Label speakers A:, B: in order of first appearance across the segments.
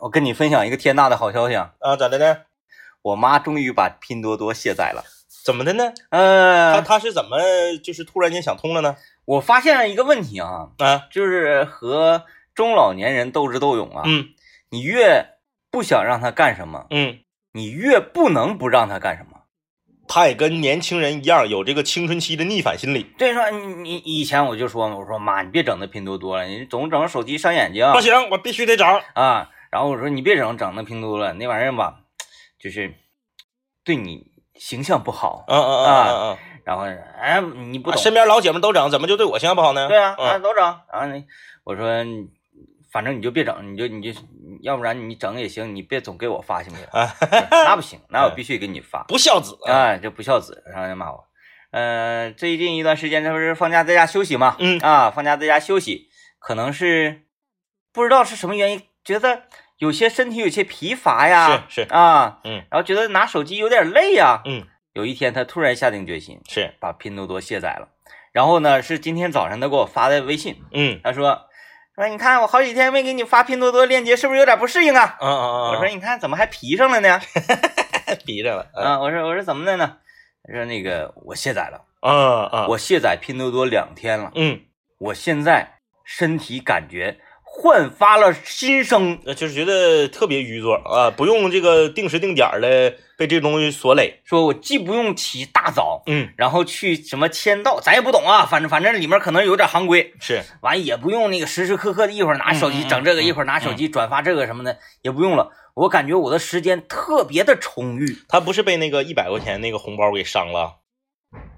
A: 我跟你分享一个天大的好消息啊！
B: 啊，咋的呢？
A: 我妈终于把拼多多卸载了。
B: 怎么的呢？他
A: 呃，
B: 他是怎么就是突然间想通了呢？
A: 我发现了一个问题啊，
B: 啊，
A: 就是和中老年人斗智斗勇啊，
B: 嗯
A: 你越不想让他干什么，
B: 嗯，
A: 你越不能不让他干什么。
B: 他也跟年轻人一样有这个青春期的逆反心理。
A: 所以说，你你以前我就说嘛，我说妈，你别整那拼多多了，你总整手机伤眼睛
B: 不行，我必须得找。
A: 啊。然后我说你别整整那拼多多了，那玩意儿吧，就是对你形象不好。
B: 嗯嗯嗯嗯嗯
A: 然后哎，你啊不
B: 啊，
A: 懂，
B: 身边老姐们都整，怎么就对我形象不好呢？
A: 对啊，啊
B: 嗯
A: 都整。然后呢，我说，反正你就别整，你就你就，要不然你整也行，你别总给我发行不行？
B: 啊， 嗯
A: 那不行，那我必须给你发。
B: 不孝子。
A: 啊，这不孝子，然后就骂我。呃，最近一段时间，他不是放假在家休息嘛？
B: 嗯
A: 啊，放假在家休息，可能是不知道是什么原因，觉得有些身体有些疲乏呀，
B: 是是
A: 啊，
B: 嗯
A: 然后觉得拿手机有点累呀。
B: 嗯，
A: 有一天，他突然下定决心，
B: 是，
A: 把拼多多卸载了。然后呢，是今天早上他给我发的微信，
B: 嗯
A: 他说说你看我好几天没给你发拼多多链接，是不是有点不适应啊？
B: 嗯嗯
A: 我
B: 嗯，
A: 说你看怎么还皮上了呢？
B: 太逼着了。嗯
A: 啊，我说我说怎么的呢？他说那个我卸载了，
B: 嗯嗯，
A: 啊我卸载拼多多两天了，
B: 嗯，
A: 我现在身体感觉焕发了新生。
B: 那就是觉得特别愚拙啊，不用这个定时定点儿的被这东西所累。
A: 说我既不用起大早，
B: 嗯，
A: 然后去什么签到，咱也不懂啊，反正反正里面可能有点行规，
B: 是，
A: 完也不用那个时时刻刻的一会儿拿手机
B: 嗯嗯
A: 整这个，
B: 嗯
A: 一会儿拿手机转发这个什么的，也不用了。我感觉我的时间特别的充裕。
B: 他不是被那个一百块钱那个红包给伤了，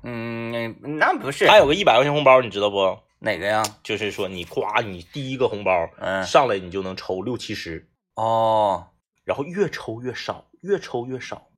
A: 嗯，那不是
B: 他有个一百块钱红包，你知道不？
A: 哪个呀？
B: 就是说你夸你第一个红包
A: 嗯，
B: 上来你就能抽六七十，
A: 哦，
B: 然后越抽越少，越抽越少。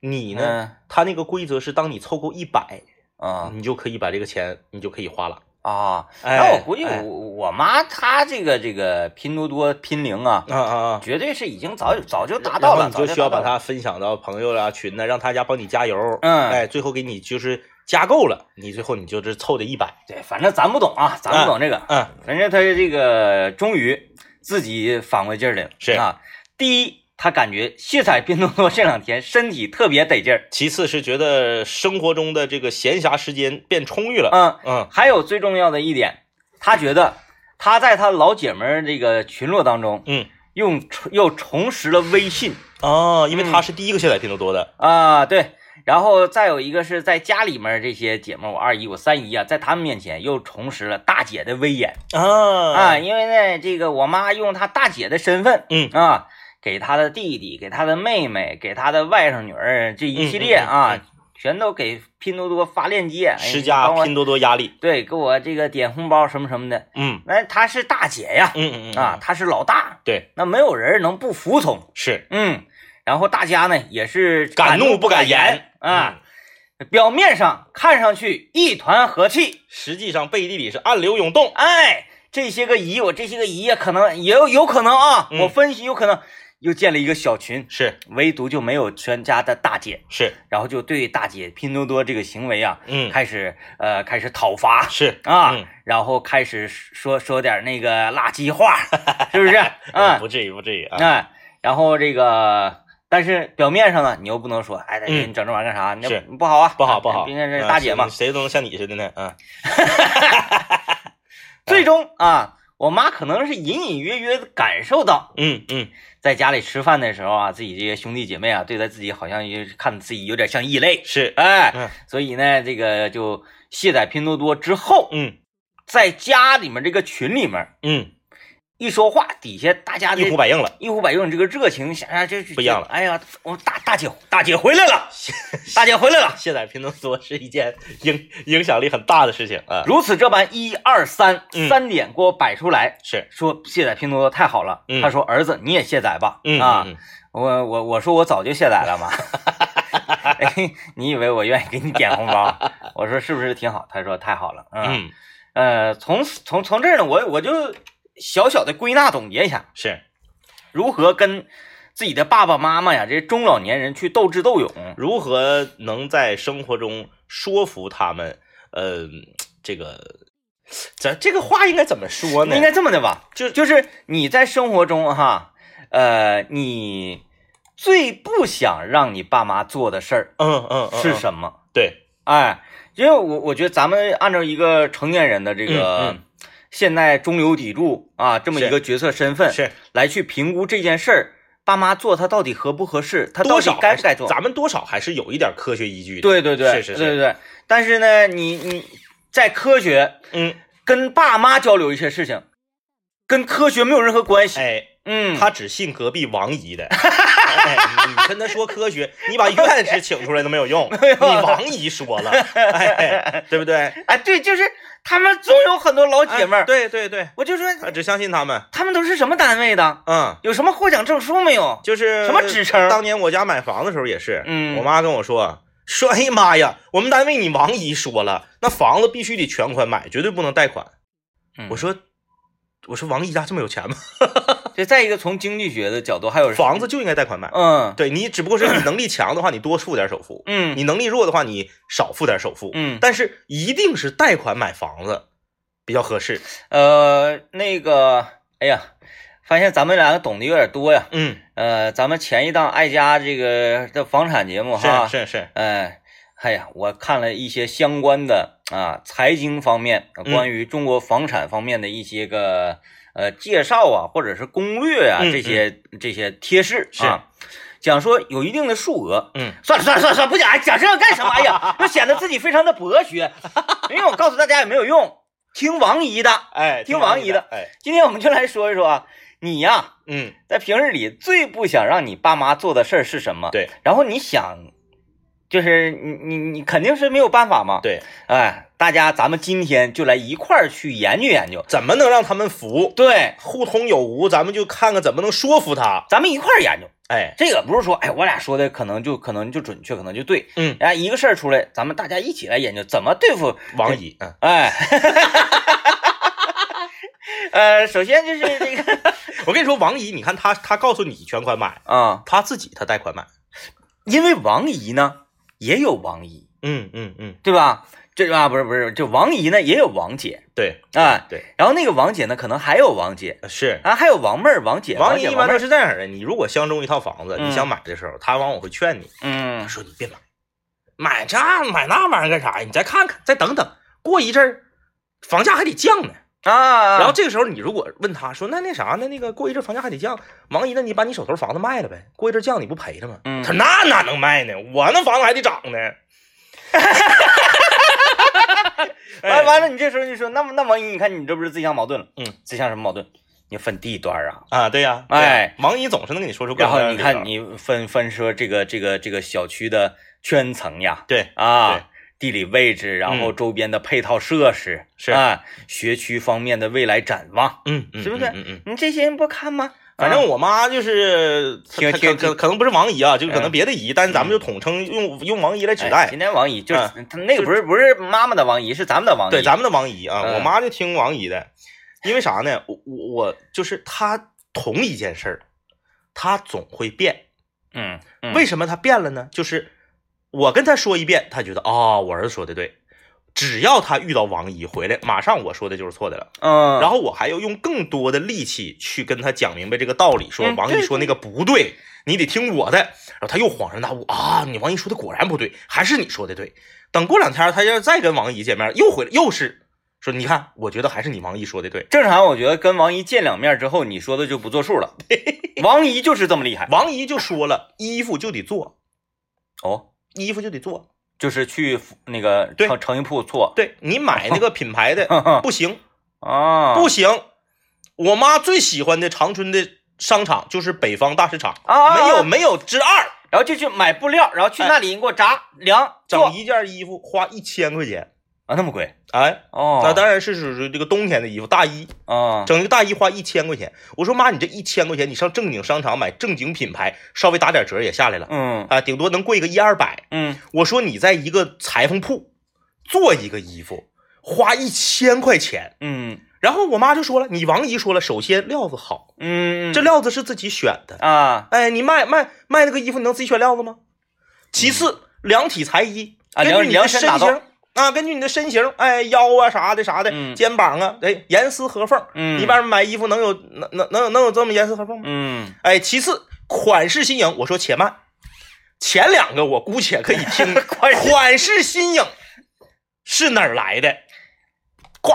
B: 你
A: 你
B: 呢？
A: 呢？
B: 他那个规则是，当你凑够一百，
A: 嗯啊
B: 你就可以把这个钱，你就可以花了。
A: 啊，
B: 哎
A: 那我估计我
B: 哎
A: 我妈她这个这个拼多多拼零啊，
B: 啊啊啊！
A: 绝对是已经早早就达
B: 然
A: 到
B: 后
A: 了，
B: 你就
A: 早
B: 需要
A: 达
B: 把
A: 到了
B: 它分享到朋友啊、群呢，让大家帮你加油。
A: 嗯
B: 哎，最后给你就是加够了，你最后你就是凑的一百。
A: 对，反正咱不懂啊，咱不懂这个，
B: 嗯
A: 反正他这个终于自己反过劲儿来了，
B: 是
A: 啊。第一，他感觉卸载拼多多这两天身体特别得劲儿，
B: 其次是觉得生活中的这个闲暇时间变充裕了。
A: 嗯，
B: 嗯
A: 还有最重要的一点，他觉得他在他老姐们儿这个群落当中，
B: 嗯
A: 用又重拾了微信
B: 哦，因
A: 嗯
B: 为他是第一个卸载拼多多的。
A: 啊，对。然后再有一个是在家里面这些姐们儿，我二姨、我三姨啊，在他们面前又重拾了大姐的威严
B: 啊
A: 啊，因为呢，这个我妈用她大姐的身份，
B: 嗯
A: 啊，给他的弟弟，给他的妹妹，给他的外甥女儿，这一系列啊，
B: 嗯嗯嗯
A: 全都给拼多多发链接，哎
B: 施
A: 你
B: 加
A: 帮我
B: 拼多多压力。
A: 对，给我这个点红包什么什么的。
B: 嗯
A: 那她是大姐呀，
B: 嗯嗯嗯
A: 啊，，她是老大，
B: 对，
A: 那没有人能不服从。
B: 是
A: 嗯，然后大家呢也是
B: 敢怒
A: 怒
B: 不
A: 不
B: 敢
A: 言
B: 言
A: 啊，，表面上看上去一团和气，
B: 实际上背地里是暗流涌动。
A: 哎，这些个姨，我这些个姨呀，可能也有有可能啊，
B: 嗯
A: 我分析有可能又建立一个小群，
B: 是
A: 唯独就没有全家的大姐，
B: 是，
A: 然后就对大姐拼多多这个行为啊，
B: 嗯，
A: 开始呃开始讨伐
B: 是
A: 啊，
B: 嗯
A: 然后开始说说点那个垃圾话， 是不 是？啊、
B: 不至于不至于啊。
A: 哎，然后这个。但是表面上呢，你又不能说，哎，大姐，
B: 嗯
A: 你整这玩意儿干啥？
B: 是
A: 那不好啊，
B: 不好不好，
A: 毕竟是
B: 嗯
A: 大姐嘛
B: 谁。谁都能像你似的呢，啊，
A: 最终啊，我妈可能是隐隐约约的感受到，
B: 嗯嗯，
A: 在家里吃饭的时候啊，自己这些兄弟姐妹啊，对待自己好像也看自己有点像异类，
B: 是，
A: 哎，
B: 嗯
A: 所以呢，这个就卸载拼多多之后，
B: 嗯
A: 在家里面这个群里面
B: 嗯，
A: 一说话，底下大家的
B: 一呼百应了，
A: 一呼百应，这个热情，想想这
B: 不一样了
A: 哎呀，我大大姐大姐回来 了，大姐回来了，
B: 卸载拼多多是一件影影响力很大的事情啊，
A: 如此这般，一二三
B: 嗯
A: 三点给我摆出来。
B: 是，
A: 说卸载拼多多太好了，
B: 嗯
A: 他说儿子你也卸载吧，
B: 嗯
A: 啊，
B: 嗯嗯
A: 我我我说我早就卸载了 嘛，哎，你以为我愿意给你点红包？我说是不是挺好？他说太好了，
B: 嗯
A: 呃，从从从这儿呢，我我就小小的归纳总结一下，
B: 是，
A: 如何跟自己的爸爸妈妈呀，这中老年人去斗智斗勇。
B: 如何能在生活中说服他们，呃，这个，咱这个话应该怎么说呢？
A: 应该这么的吧，
B: 就
A: 就是你在生活中哈，呃，你最不想让你爸妈做的事儿
B: 嗯嗯，
A: 是
B: 么？
A: 什么？
B: 对，
A: 哎，因为我我觉得咱们按照一个成年人的这
B: 嗯
A: 个现在中流砥柱啊这么一个角色身份
B: 是
A: 来去评估这件事儿，爸妈做他到底合不合适，他到
B: 多
A: 底
B: 少
A: 该
B: 还
A: 不
B: 是
A: 该做？
B: 咱们多少还是有一点科学依据的。，
A: 对对对，
B: 是是是
A: 对对对。但是呢，你你在科学
B: 嗯，
A: 跟爸妈交流一些事情，跟科学没有任何关系。
B: 哎，
A: 嗯，
B: 他只信隔壁王姨的。 哎，你跟他说科学，你把院士请出来 都没有啊用，你王姨说了，哎，对不 对？
A: 哎，对，就是他们总有很多老姐们儿、
B: 哎对对对，
A: 我就说
B: 他只相信他们。
A: 他们都是什么单位的？
B: 嗯，
A: 有什么获奖证书没 有？
B: 就是
A: 什么职称
B: 当年我家买房的时候也是，
A: 嗯
B: 我妈跟我说。说，哎呀妈呀！我们单位你王姨说了，那房子必须得全款买，绝对不能贷款。
A: 嗯
B: 我说，我说王姨家这么有钱吗？
A: 就再一个从经济学的角度，还有
B: 房子，就应该贷款买。
A: 嗯
B: 对你，只不过是你能力强的话，你多付点首付；
A: 嗯
B: 你能力弱的话，你少付点首付。
A: 嗯，
B: 但是一定是贷款买房子比较合适。
A: 呃，那个，哎呀，发现咱们两个懂得有点多呀。
B: 嗯，
A: 呃，咱们前一档爱家这个的房产节目哦哈，
B: 是是是，
A: 哎，哎呀，我看了一些相关的啊，财经方面呃
B: 嗯
A: 关于中国房产方面的一些个、呃介绍啊，或者是攻略啊，
B: 嗯
A: 这些、这些贴士
B: 是
A: 啊，讲说有一定的数额。
B: 嗯，
A: 算了算了算了算了，不讲讲这个干什么？哎呀，就显得自己非常的博学，因为我告诉大家也没有用，听王姨的。
B: 哎，
A: 听王姨的
B: 哎，
A: 今天我们就来说一说啊，你呀、
B: 嗯，
A: 在平日里最不想让你爸妈做的事儿是什么？
B: 对，
A: 然后你想，就是你你你肯定是没有办法嘛。，
B: 对，
A: 哎，大家咱们今天就来一块儿去研究研究。
B: 怎么能让他们服？
A: 对，
B: 互通有无，咱们就看看怎么能说服他。
A: 咱们一块儿研究。
B: 哎，
A: 这个不是说，哎，我俩说的可能就可能就准确，可能就对。
B: 嗯
A: 哎，一个事儿出来，咱们大家一起来研究怎么对付。
B: 王姨，嗯，
A: 哎， 呃，首先就是这个
B: 我跟你说，王姨，你看他，他告诉你全款买，
A: 啊、
B: 他自己他贷款买。
A: 因为王姨呢也有王姨，
B: 嗯嗯嗯，
A: 对吧？这啊不是不是，这王姨呢也有王姐
B: 对，
A: 啊，
B: 对，
A: 然后那个王姐呢可能还有王姐
B: 是。
A: 啊，还有王妹儿、王姐、
B: 王姨
A: 姐、
B: 一
A: 王
B: 般
A: 妹
B: 都
A: 儿，
B: 是这样的，你如果相中一套房子，
A: 嗯
B: 你想买的时候，他往往会劝你，
A: 嗯
B: 他说你别买，买这买那玩意儿干啥呀？你再看看，再等等，过一阵儿房价还得降呢。
A: 啊，
B: 然后这个时候你如果问他说那那啥，那那个过一阵儿房价还得降，王姨，那你把你手头房子卖了呗，过一阵儿降你不赔了吗？
A: 嗯
B: 他说那哪能卖呢？我那房子还得涨呢。
A: 完
B: 哎
A: 完了，你这时候就说，那么那王姨，你看你这不是自相矛盾了？
B: 嗯，
A: 自相什么矛盾？你分地段啊，
B: 啊，对呀、对呀
A: 哎，
B: 王姨总是能给你说出各
A: 然
B: 种各
A: 后
B: 样
A: 你
B: 的理由。
A: 看你分分说这个这个这个小区的圈层呀，
B: 对对
A: 啊。地理位置，然后
B: 嗯
A: 周边的配套设施、
B: 是
A: 啊，学区方面的未来展望，
B: 嗯，嗯
A: 是不是
B: 嗯嗯嗯，
A: 你这些人不看吗？
B: 反
A: 啊
B: 正我妈就是
A: 听
B: 可
A: 听
B: 可可可能不是王姨啊，就是可能
A: 嗯
B: 别的姨，但是咱们就统称用用王姨来指
A: 哎。
B: 代
A: 今天王姨就是、
B: 嗯
A: 她那个不是不是妈妈的王姨，是咱们的王姨。
B: 对，咱们的王姨啊，
A: 嗯
B: 我妈就听王姨的，因为啥呢？我我我就是她同一件事儿，她总会变。
A: 嗯嗯
B: 为什么她变了呢？就是我跟她说一遍，她觉得哦，我儿子说的对。只要她遇到王姨回来，马上我说的就是错的了。
A: 嗯，
B: 然
A: 后
B: 后我还要用更多的力气去跟她讲明白这个道理，说
A: 嗯
B: 王
A: 对
B: 姨说那个不对，你得听我的。然后她又恍然大悟啊，你王姨说的果然不对，还是你说的对。等过两天，她要再跟王姨见面，又回来又是说，你看，我觉得还是你王姨说的对。
A: 正常，我觉得跟王姨见两面之后，你说的就不作 数了。王姨就是这么厉害
B: 王姨就说了，衣服就得做，
A: 哦，
B: 衣服就得做。
A: 就是去那个
B: 对
A: 成成衣铺做
B: 对你买那个品 牌
A: 嗯
B: 的 不行，
A: 啊，
B: 不行。我妈最喜欢的长春的商场就是北方大市场，
A: 啊
B: 没有没有之二。
A: 然后就去买布料，然后去那里你给我炸量做
B: 整一件衣服花一千块钱，
A: 啊，那么贵
B: 哎，
A: 哦，
B: 那当然是属于这个冬天的衣服，大衣，
A: 啊，
B: 整一个大衣花一千块钱。我说妈，你这一千块钱，你上正经商场买正经品牌，稍微打点折也下来了，
A: 嗯
B: 啊，顶多能贵个一二百。
A: 嗯
B: 我说你在一个裁缝铺做一个衣服，花一千块钱。
A: 嗯
B: 然后我妈就说了，你王姨说了，首先料子好，
A: 嗯，
B: 这料子是自己选的，
A: 啊
B: 哎，你卖卖卖那个衣服，你能自己选料子吗？其次，量体裁衣，
A: 嗯啊
B: 根据
A: 量
B: 你
A: 量
B: 的
A: 身
B: 身
A: 打造
B: 形，啊，根据你的身形，哎，腰啊啥的啥的，
A: 嗯
B: 肩膀啊，哎，严丝合缝。
A: 嗯，
B: 一般人买衣服能有能能能有能有这么严丝合缝吗？
A: 嗯
B: 哎，其次款式新颖，我说且慢，前两个我姑且可以 听，款式新颖是哪儿来的？呱，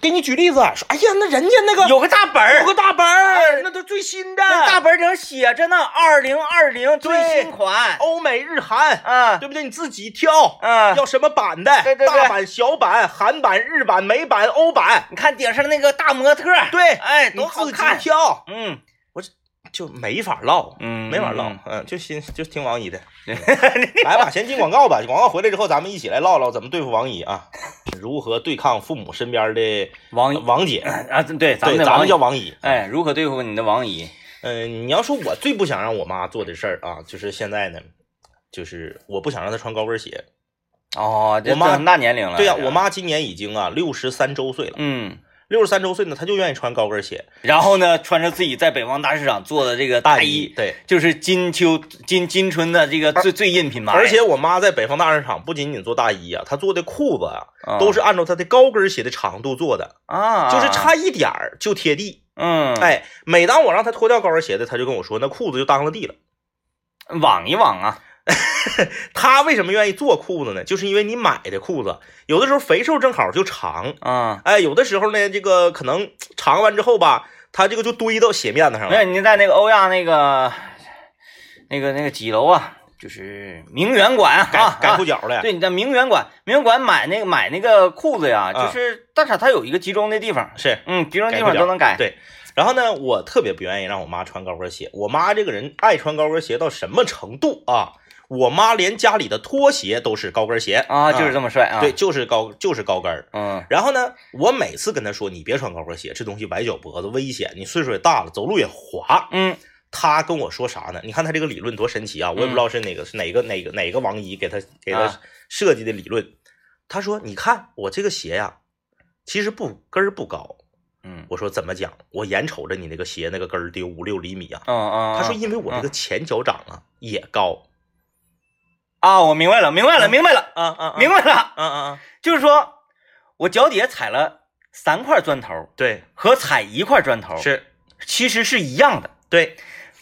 B: 给你举例子啊，说哎呀，那人家那个
A: 有个大本儿
B: 有，个大本儿，那都最新的，
A: 那大本儿顶上写着呢，二零二零最新款
B: 欧美日韩，
A: 啊
B: 哦对不对？你自己挑，
A: 啊！
B: 要什么版的？
A: 对对对
B: 大版、小版、韩版、日版、美版、欧版，
A: 你看顶上那个大模特，
B: 对，
A: 哎，
B: 你
A: 多好
B: 自己
A: 看！
B: 挑，
A: 嗯
B: 就没法唠。
A: 嗯
B: 没法唠
A: 嗯，
B: 嗯，就新就听王一的， 来吧，先进广告吧。广告回来之后，咱们一起来唠唠怎么对付王一啊，如何对抗父母身边的
A: 王姨
B: 王姐，
A: 啊，对，咱
B: 对，
A: 们的
B: 咱
A: 王
B: 们
A: 姨
B: 叫，王一。
A: 哎，如何对付你的王姨？
B: 嗯，你要说我最不想让我妈做的事儿啊，就是现在呢，就是我不想让她穿高跟鞋。
A: 哦，这
B: 我妈
A: 很大年龄了，
B: 对呀、
A: 这
B: 我，妈今年已经啊六十三周岁了，
A: 嗯。
B: 六十三周岁呢，她就愿意穿高跟鞋，
A: 然后呢，穿着自己在北方大市场做的这个大
B: 一
A: 衣，
B: 对。
A: 就是今秋今今春的这个最最硬品牌，
B: 而且我妈在北方大市场不仅仅做大衣啊，她做的裤子啊，
A: 啊
B: 都是按照她的高跟鞋的长度做的，
A: 啊，
B: 就是差一点儿就贴地。
A: 嗯，
B: 哎，每当我让她脱掉高跟鞋的，她就跟我说那裤子就当了地了。
A: 网一网啊，
B: 她为什么愿意做裤子呢？就是因为你买的裤子有的时候肥瘦正好就长，
A: 啊，
B: 哎，有的时候呢，这个可能尝完之后吧，它这个就堆到鞋面子上
A: 没
B: 了。
A: 有，您在那个欧亚那个那个那个几楼啊，就是名媛馆啊
B: 改
A: 啊，
B: 改裤脚了，
A: 对，你在名媛馆，名媛馆买那个买那个裤子呀，
B: 啊
A: 就是但是它有一个集中的地方，
B: 是。
A: 嗯，集中的地
B: 改
A: 方
B: 不了
A: 都能改，
B: 对然后呢，我特别不愿意让我妈穿高跟鞋。我妈这个人爱穿高跟鞋到什么程度啊？我妈连家里的拖鞋都是高跟鞋
A: 啊，就是这
B: 么、
A: 么帅啊，
B: 嗯对，，就是高就是高跟儿。
A: 嗯
B: 然后呢，我每次跟她说你别穿高跟鞋，这东西崴脚脖子危险，你岁数也大了，走路也滑。
A: 嗯
B: 她跟我说啥呢？你看她这个理论多神奇啊！我也不知道是哪个是哪个哪个哪个王姨给她给她
A: 啊
B: 设计的理论。她说：“你看我这个鞋呀、其实不跟儿不高，
A: 嗯，
B: 我说怎么讲？我眼瞅着你那个鞋那个跟儿得有五六厘米啊。
A: 嗯嗯，
B: 他说因为我这个前脚掌啊也高
A: 啊，我明白了，明白了，明白了，
B: 啊啊
A: 明白了，
B: 啊啊啊，
A: 就是说我脚底下踩了三块砖头
B: 对，
A: 和踩一块砖头
B: 是，
A: 其实是一样的，
B: 对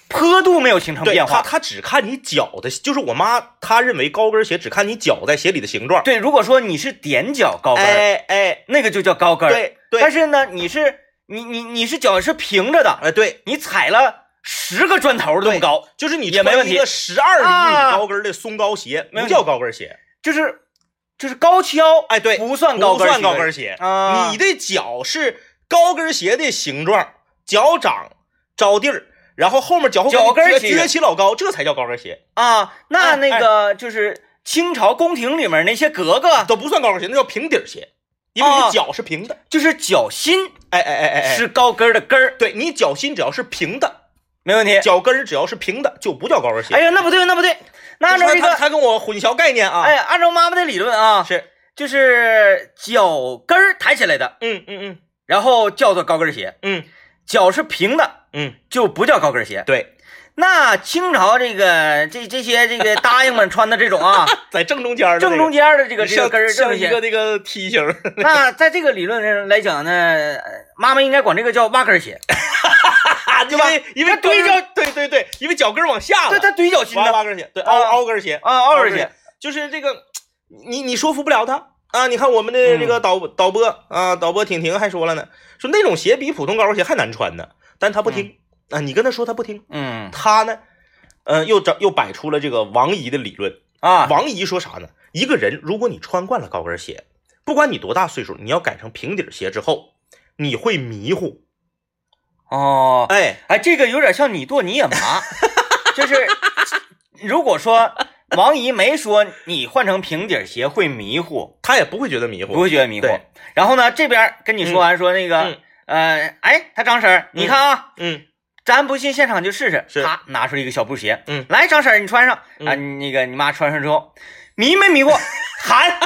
A: 坡度没有形成
B: 对，
A: 变
B: 他
A: 化。
B: 他只看你脚的，就是我妈她认为高跟鞋只看你脚在鞋里的形状。
A: 对，如果说你是踮脚高跟儿，
B: 哎哎，
A: 那个就叫高跟儿。
B: 对对，
A: 但是呢，你是你你你是脚是平着的，
B: 哎对，
A: 你踩了十个砖头这么高，
B: 就是你
A: 也没
B: 穿
A: 问题
B: 一个十二厘
A: 啊
B: 米高跟的松糕鞋
A: 没
B: 不
A: 问题
B: 叫高跟鞋，
A: 就是就是高跷，
B: 哎对，
A: 不算高
B: 不
A: 跟儿，
B: 算高跟鞋，
A: 啊，
B: 你的脚是高跟鞋的形状，脚掌着地儿，然后后面脚后
A: 脚跟儿
B: 撅
A: 起
B: 撅起老高，这才叫高跟鞋，
A: 啊，那
B: 哎
A: 那个就是清朝宫廷里面那些格格，
B: 都不算高跟鞋，那叫平底儿鞋，因为
A: 啊
B: 你脚是平的。
A: 就是脚心
B: 哎哎哎哎哎，
A: 是高跟儿的根儿，
B: 对你脚心只要是平的，
A: 没问题。
B: 脚跟儿只要是平的，就不叫高跟鞋。
A: 哎呀，那不对，那不对，那按照
B: 他
A: 这
B: 他
A: 个，
B: 他跟我混淆概念啊。
A: 哎，呀，按照妈妈的理论啊，
B: 是，
A: 就是脚跟儿抬起来的，
B: 嗯嗯
A: 然后叫做高跟鞋，
B: 嗯
A: 脚是平的
B: 嗯嗯，
A: 就不叫高跟鞋。
B: 对，
A: 那清朝这个这这些这个答应们穿的这种 啊，
B: 在正中间儿的
A: 正中
B: 间
A: 间儿的这
B: 这
A: 个
B: 个
A: 这个
B: 像
A: 根儿
B: 像
A: 正
B: 一个
A: 些，
B: 那个 梯形儿，
A: 那在这个理论上来讲呢，呃妈妈应该管这个叫挖根儿鞋，啊
B: 因为因为
A: 它堆
B: 高跟儿对对对，因为脚跟儿往 下
A: 对，
B: 了，
A: 它堆脚心
B: 挖
A: 的
B: 挖跟儿鞋，对
A: 啊
B: 凹凹跟儿鞋，
A: 啊，二
B: 二
A: 根儿鞋，
B: 就是这个，你你说服不了他啊！你看我们
A: 嗯
B: 的这个导、导播啊，导播婷婷还说了呢，说那种鞋比普通高跟鞋还难穿呢，但他不听、啊，你跟他说他不听，
A: 嗯
B: 他呢，呃，又找又摆出了这个王姨的理论。
A: 啊，
B: 王姨说啥呢？一个人如果你穿惯了高跟鞋，不管你多大岁数，你要改成平底鞋之后，你会迷糊。
A: 哦，
B: 哎，
A: 哎，这个有点像你剁你也 麻，就是如果说王姨没说你换成平底儿鞋会迷糊，
B: 他也不会觉得迷糊。
A: 不会觉得迷糊
B: 对。
A: 然后呢，这边儿跟你说完说那个
B: 嗯，
A: 呃，哎，他张婶儿，你看啊，
B: 嗯，
A: 咱不信，现场就试试。
B: 是
A: 他拿出一个小布鞋，
B: 嗯
A: 来，张婶儿，你穿上啊，那个你妈穿上之后，迷没 迷糊？喊，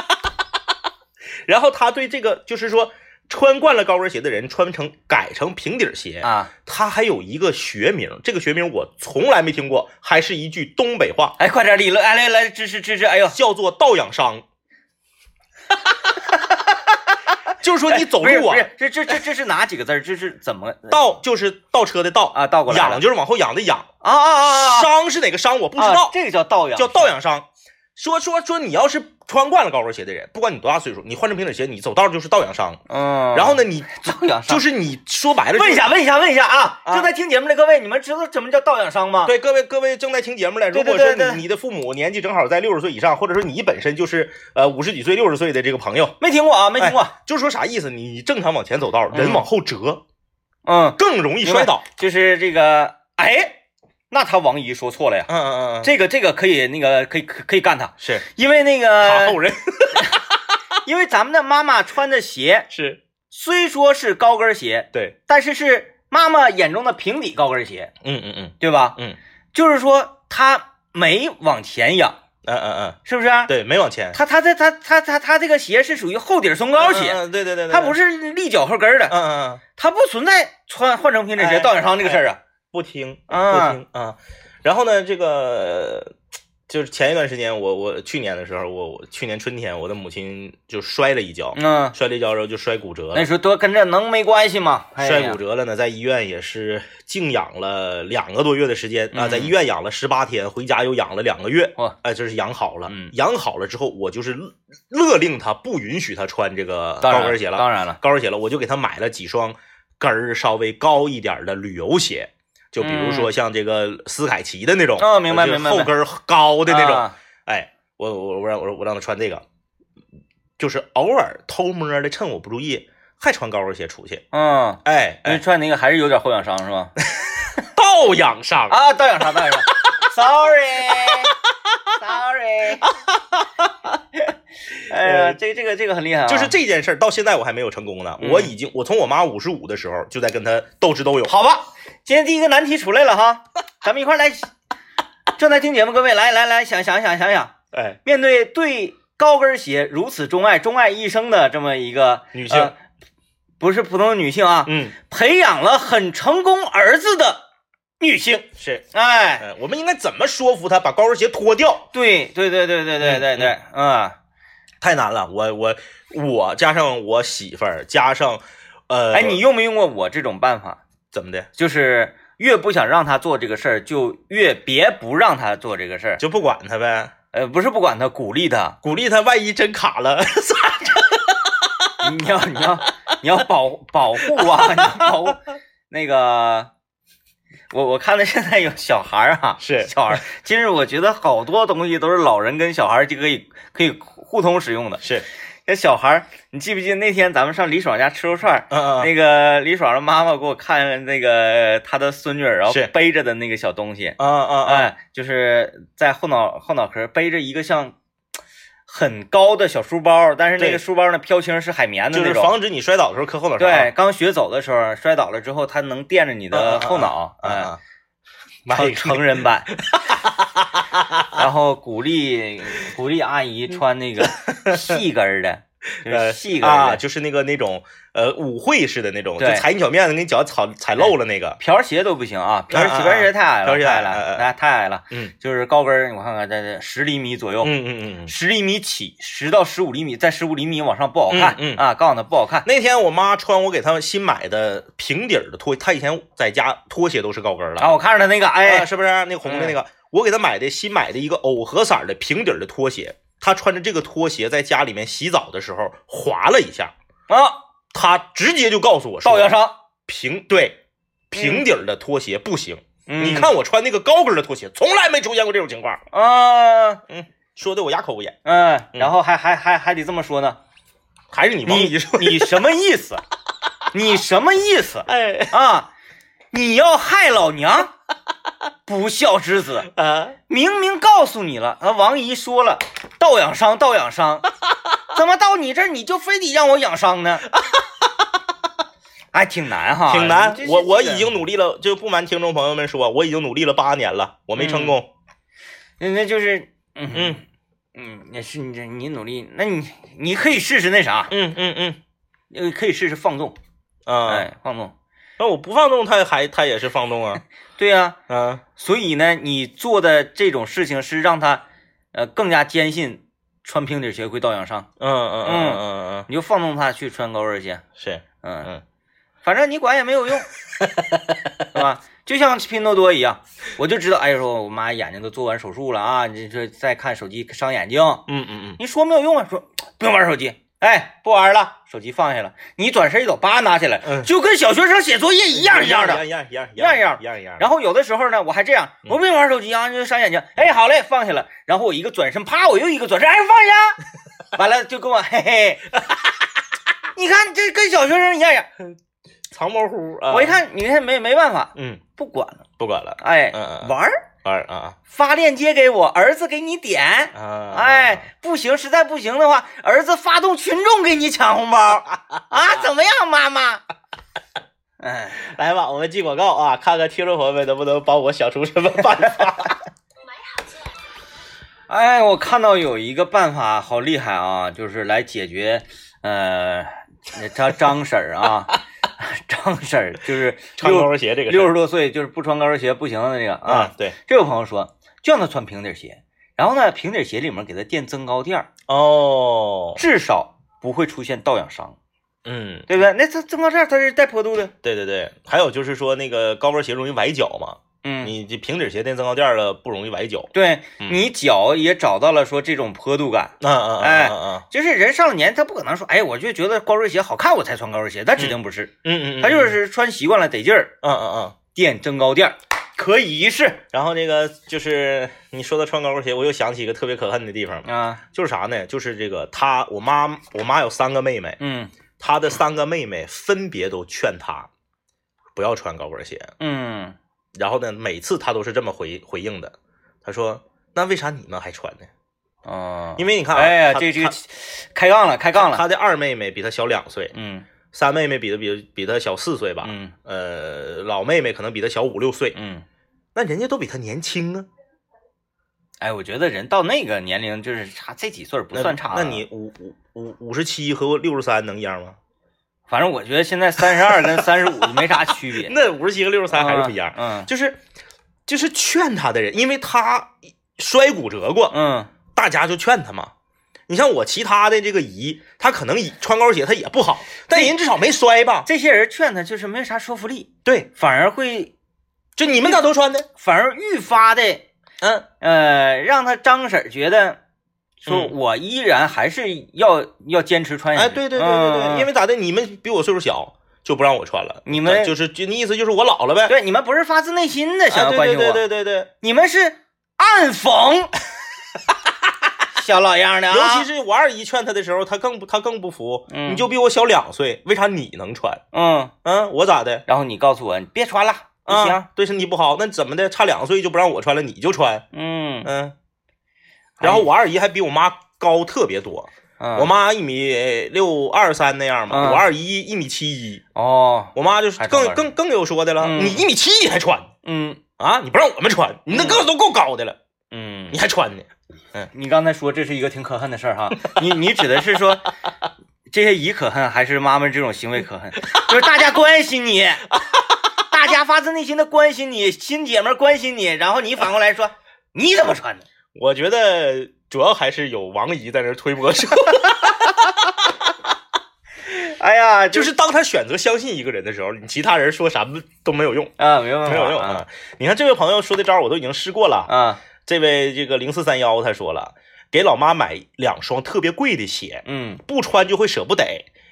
B: 然后他对这个就是说，穿惯了高跟鞋的人穿成改成平底鞋
A: 啊，
B: 它还有一个学名，这个学名我从来没听过，还是一句东北话，
A: 哎，快点理论，哎，来来，支持支持，哎呦，
B: 叫做“道养伤就是说你走
A: 哎不是
B: 路
A: 不
B: 啊，
A: 是，这这这这是哪几个字儿？这是怎么
B: 倒就是倒车的倒
A: 啊倒过来了
B: 仰就是往后仰的仰，
A: 啊啊啊啊啊！
B: 伤是哪个伤我不
A: 不
B: 知道，
A: 这个叫倒仰，
B: 叫倒仰伤。说说说，你要是穿惯了高跟鞋的人，不管你多大岁数，你换成平底鞋，你走道就是倒仰伤。
A: 嗯，
B: 然后呢，你
A: 倒仰伤
B: 就是你说白了，
A: 问一下，问一下，问一下啊！
B: 啊
A: 正在听节目的各位，你们知道怎么叫倒仰伤吗？
B: 对各位各位正在听节目的，
A: 啊对
B: 如
A: 对
B: 果说
A: 对对
B: 你你的父母年纪正好在六十岁以上，或者说你本身就是呃五十几岁、六十岁的这个朋友，
A: 没听过啊，没听过。
B: 就说啥意思？你正常往前走道，人
A: 嗯
B: 往后折，
A: 嗯，
B: 更容易
A: 明白
B: 摔倒。
A: 就是这个，哎，那他王姨说错了呀。
B: 嗯嗯嗯嗯，
A: 这个这个可以，那个可以可可以干他，
B: 是
A: 因为那
B: 卡
A: 个
B: 后， 人
A: 因为咱们的妈妈穿的鞋
B: 是
A: 虽说是高跟鞋，
B: 对，
A: 但是是妈妈眼中的平底高跟鞋，
B: 嗯嗯嗯
A: 对吧？
B: 嗯
A: 就是说她没往前仰，
B: 嗯嗯嗯，
A: 是不是、啊？
B: 对，没往前，
A: 她她这她她她她这个鞋是属于后底儿松糕
B: 嗯，
A: 鞋，
B: 嗯嗯对对对，
A: 它不
B: 是，
A: 是立脚后跟儿的，
B: 嗯嗯嗯，
A: 它不存在穿换成平底鞋
B: 哎
A: 倒仰伤这个事儿啊。
B: 不听不
A: 啊
B: 听啊。然后呢，这个就是前一段时间，我我去年的时候，我我去年春天，我的母亲就摔了一跤，
A: 嗯，
B: 哎摔了一跤，然后就摔骨折了
A: 那。时候多跟这能没关系吗？哎呀
B: 摔骨折了呢，在医院也是静养了两个多月的时间啊，
A: 嗯
B: 在医院养了十八天，回家又养了两个月
A: 哇，
B: 哎，这是养好了
A: 嗯。
B: 养好了之后，我就是勒勒令他不允许他穿这个
A: 当然
B: 高跟鞋了，
A: 当然了，
B: 高跟鞋了，我就给他买了几双跟儿稍微高一点的旅游鞋，就比如说像这个斯凯奇的那种，
A: 嗯
B: 呃
A: 哦明白
B: 就是
A: 明白
B: 后
A: 明白
B: 跟儿高的那种，
A: 啊
B: 哎，我我我让我我让他穿这个，就是偶尔偷摸的趁我不注意还穿高跟鞋出去，
A: 嗯。
B: 哎
A: 因为
B: 哎。
A: 穿那个还是有点后仰伤是吧？
B: 倒养伤，
A: 啊，倒仰伤，倒仰伤 ，sorry，sorry。哎呀，
B: 呃
A: 这个这个这个很厉害啊！
B: 就是这件事儿到现在我还没有成功呢。
A: 嗯
B: 我已经，我从我妈五十五的时候就在跟她斗智斗勇。
A: 好吧，今天第一个难题出来了哈，咱们一块儿来。正在听节目各位，来来来，想想想想想，
B: 哎，
A: 面对对高跟鞋如此钟爱、钟爱一生的这么一个
B: 女性
A: 呃不是普通的女性啊，
B: 嗯，
A: 培养了很成功儿子的女性，
B: 是，
A: 哎，
B: 哎，我们应该怎么说服她把高跟鞋脱掉？
A: 对对对对对对对对，嗯，
B: 太难了，我我我加上我媳妇儿，加上呃，
A: 哎，你用没用过我这种办法？
B: 怎么的
A: 就是越不想让他做这个事儿，就越别不让他做这个事儿。
B: 就不管她呗？
A: 呃，不是不管他，鼓励他。
B: 鼓励她，万一真卡了，
A: 你要你要你要保保护啊，你要保护那个。我我看到现在有小孩儿啊，
B: 是
A: 小孩儿。其实我觉得好多东西都是老人跟小孩儿就可以可以互通使用的。
B: 是，
A: 那小孩儿，你记不记得那天咱们上李爽家吃肉串儿？
B: 嗯嗯
A: 那个李爽的妈妈给我看那个她的孙女儿，然后
B: 是
A: 背着的那个小东西，
B: 嗯嗯嗯，
A: 哎，就是在后脑后脑壳背着一个像很高的小书包，但是那
B: 对
A: 个书包呢飘轻是海绵的
B: 就
A: 那
B: 是
A: 种。
B: 防啊止你摔倒的时候磕后脑勺。
A: 对，刚学走的时候摔倒了之后，它能垫着你的
B: 嗯嗯嗯
A: 后脑，
B: 嗯，
A: 哎，
B: 嗯，买一
A: 成
B: 个
A: 成人 版。然后鼓励鼓励阿姨穿那个细跟儿的，就是
B: 呃
A: 细跟儿
B: 啊，
A: 的
B: 就是那个那种呃舞会式的那种，就
A: 对
B: 踩你脚面子，给你脚踩踩漏了那个。
A: 瓢鞋都不行啊，瓢
B: 啊啊
A: 鞋瓢鞋太矮
B: 瓢
A: 了，
B: 鞋
A: 太矮
B: 矮
A: 了，
B: 嗯嗯
A: 那太矮了。
B: 嗯，
A: 就是高跟儿，我看看，在这十厘米左右，
B: 嗯嗯嗯嗯。
A: 十厘米起，十到十五厘米，在十五厘米往上不好看，
B: 嗯嗯
A: 啊，告诉他不好看。
B: 那天我妈穿我给她新买的平底儿的拖，她以前在家拖鞋都是高跟儿了，
A: 啊，我看着他那个，
B: 啊
A: 哎，
B: 是不是那个红的那个？我给她买的新买的一个藕荷色儿的平底儿的拖鞋，她穿着这个拖鞋在家里面洗澡的时候滑了一下，
A: 啊，
B: 她直接就告诉我说
A: 倒腰伤，
B: 平对平底儿的拖鞋不行，
A: 嗯
B: 你看我穿那个高跟儿的拖鞋，从来没出现过这种情况，
A: 啊，
B: 说的我哑口无言，
A: 嗯，然后还还还还得这么说呢，
B: 还是你王姨
A: 你
B: 说的，
A: 你什么意思？你什么意思
B: 哎
A: 啊？你要害老娘，不孝之子！
B: 啊，
A: 明明告诉你了，啊，王姨说了，倒养伤，倒养 伤，怎么到你这儿你就非得让我养伤呢？ 哎，挺难哈，
B: 挺难
A: 这。
B: 我
A: 这
B: 我
A: 这
B: 已经努力了，就不瞒听众朋友们说，我已经努力了八年了，我没成功。
A: 那那就是，嗯
B: 嗯
A: 嗯，也是你这你努力，那你你可以试试那啥，
B: 嗯嗯嗯
A: 呃，可以试试放纵，
B: 啊，
A: 哎，放纵，
B: 那我不放纵，他还他也是放纵啊。
A: 对呀、
B: 嗯，
A: 所以呢，你做的这种事情是让他，呃，更加坚信穿平底鞋归倒仰上，
B: 嗯嗯嗯嗯嗯，
A: 你就放纵他去穿高跟鞋，
B: 是，
A: 嗯
B: 嗯，
A: 反正你管也没 有用，是吧？就像拼多多一样，我就知道，哎呦，说我妈眼睛都做完手术了啊，你这再看手机伤眼睛，
B: 嗯嗯嗯，
A: 你说没有用啊，说不用玩手机，哎，不玩了，手机放下了，你转身一抖，叭拿起来，
B: 嗯
A: 就跟小学生写作业一样一样的。
B: 一样一样一
A: 样
B: 样
A: 一样
B: 一样一样，
A: 然后有的时候呢，我还这样，
B: 嗯
A: 我不用玩手机啊，就伤眼睛。哎，好嘞，放下了。然后我一个转身，啪，我又一个转身，哎，放下。完了就跟我嘿 嘿，你看这跟小学生一样呀。
B: 藏猫乎啊，
A: 我一，看，你看没没办法，
B: 嗯，
A: 不管了，
B: 不管了，
A: 哎，
B: 嗯嗯嗯
A: 玩儿，
B: 玩儿啊
A: 发链接给我，儿子给你点。
B: 啊啊，
A: 哎，不行，实在不行的话，儿子发动群众给你抢红包啊，怎么样，妈妈？ 哎，
B: 来吧，我们进广告啊，看看听众朋友们能不能帮我想出什么办法。
A: 哎，我看到有一个办法好厉害啊，就是来解决，呃，那张张婶儿啊， 张婶儿就是
B: 穿高
A: 六
B: 跟鞋这个事儿
A: 六十多岁，就是不穿高跟鞋不行的那个啊
B: 啊。，对，
A: 这位朋友说，就让她穿平底鞋，然后呢，平底鞋里面给她垫增高垫儿，
B: 哦，
A: 至少不会出现倒仰伤，
B: 嗯，
A: 对不对？那这增高垫儿它是带坡度的，
B: 对对对，还有就是说那个高跟鞋容易崴脚嘛，
A: 嗯，
B: 你这平底鞋垫增高垫了不容易崴脚。
A: 对
B: 嗯
A: 你脚也找到了说这种坡度感。
B: 嗯嗯
A: 哎
B: 嗯嗯
A: 就是人上了年，他不可能说，哎，我就觉得高跟鞋好看，我才穿高跟鞋，那指定不是。
B: 嗯嗯，
A: 他就是穿习惯了得劲儿，
B: 嗯嗯嗯。
A: 垫增高垫儿可以一试
B: 然后那个就是你说到穿高跟鞋，我又想起一个特别可恨的地方，
A: 啊，
B: 就是啥呢？就是这个她，我妈，我妈有三个妹妹，
A: 嗯
B: 她的三个妹妹分别都劝她不要穿高跟鞋，
A: 嗯
B: 然后呢，每次她都是这么回回应的，她说：“那为啥你们还穿呢？
A: 啊，
B: 因
A: 为
B: 为你看啊，
A: 哎呀，
B: 她
A: 这这个
B: 她
A: 开杠了，开杠了，
B: 她的二妹妹比她小两岁，
A: 嗯
B: 三妹妹比她比比她小四岁吧，
A: 嗯
B: 呃，老妹妹可能比她小五六岁，
A: 嗯，
B: 那人家都比她年轻啊，
A: 哎，我觉得人到那个年龄就是差这几岁儿不
B: 那
A: 算差
B: 那
A: 了
B: 你五五五五十七和六十三能一样吗？
A: 反正我觉得现在三十二跟三十五没啥区别，
B: 那五十七和六十三还是不一样，
A: 嗯
B: 啊就是就是劝她的人，因为她摔骨折过，
A: 嗯
B: 大家就劝他嘛。你像我其他的这个姨，她可能以穿高跟鞋她也不好，但人至少没摔吧？
A: 这些人劝他就是没啥说服力，
B: 对，
A: 反而会
B: 就你们咋都穿的？
A: 反而愈发的
B: 嗯
A: 呃，让他张婶儿觉得说，
B: 嗯
A: 我依然还是要、要坚持穿下
B: 哎，
A: 去。
B: 对对对对对，
A: 嗯
B: 因为咋的？你们比我岁数小，就不让我穿了。
A: 你们
B: 就是就你意思就是我老了
A: 嗯
B: 呗？
A: 对你们不是发自内心的
B: 哎，
A: 想要关心我，
B: 对对对对对
A: 你们是暗 讽，小老样儿的
B: 对，
A: 啊，
B: 尤其是我二姨劝她的时候，她更不她更不服，
A: 嗯
B: 你就比我小两岁，为啥你能穿？
A: 嗯，
B: 嗯，我咋的？
A: 然后你告诉我你别穿了，不
B: 啊，
A: 行，
B: 对身体不好，那怎么的？差两岁就不让我穿了，你就穿？
A: 嗯，
B: 嗯，然后我二姨还比我妈高特别多。
A: 嗯
B: 我妈一米六二三那样嘛，
A: 嗯
B: 我二姨一米七一，
A: 哦，
B: 我妈就是
A: 还高
B: 更
A: 点
B: 更更有说的了，
A: 嗯
B: 你一米七你还穿
A: 嗯
B: 啊？你不让我们穿，你那个都够高的了，
A: 嗯
B: 你，还穿呢？
A: 你刚才说这是一个挺可恨的事 儿哈，你你指的是说这些姨可恨，还是妈妈这种行为 可恨？就是大家关心你，大家发自内心的关心你，亲姐妹儿关心你，然后你反过来说你怎么穿的？
B: 我觉得主要还是有王姨在那儿推波助澜，
A: 哎呀，
B: 就是是当她选择相信一个人的时候，你其他人说什么都没有用，
A: 啊，没有
B: 没有用
A: 啊
B: 啊！你看这位朋友说的招儿我都已经试过了，
A: 啊，
B: 这位这个零四三幺他说了，给老妈买两双特别贵的鞋，
A: 嗯
B: 不穿就会舍不得，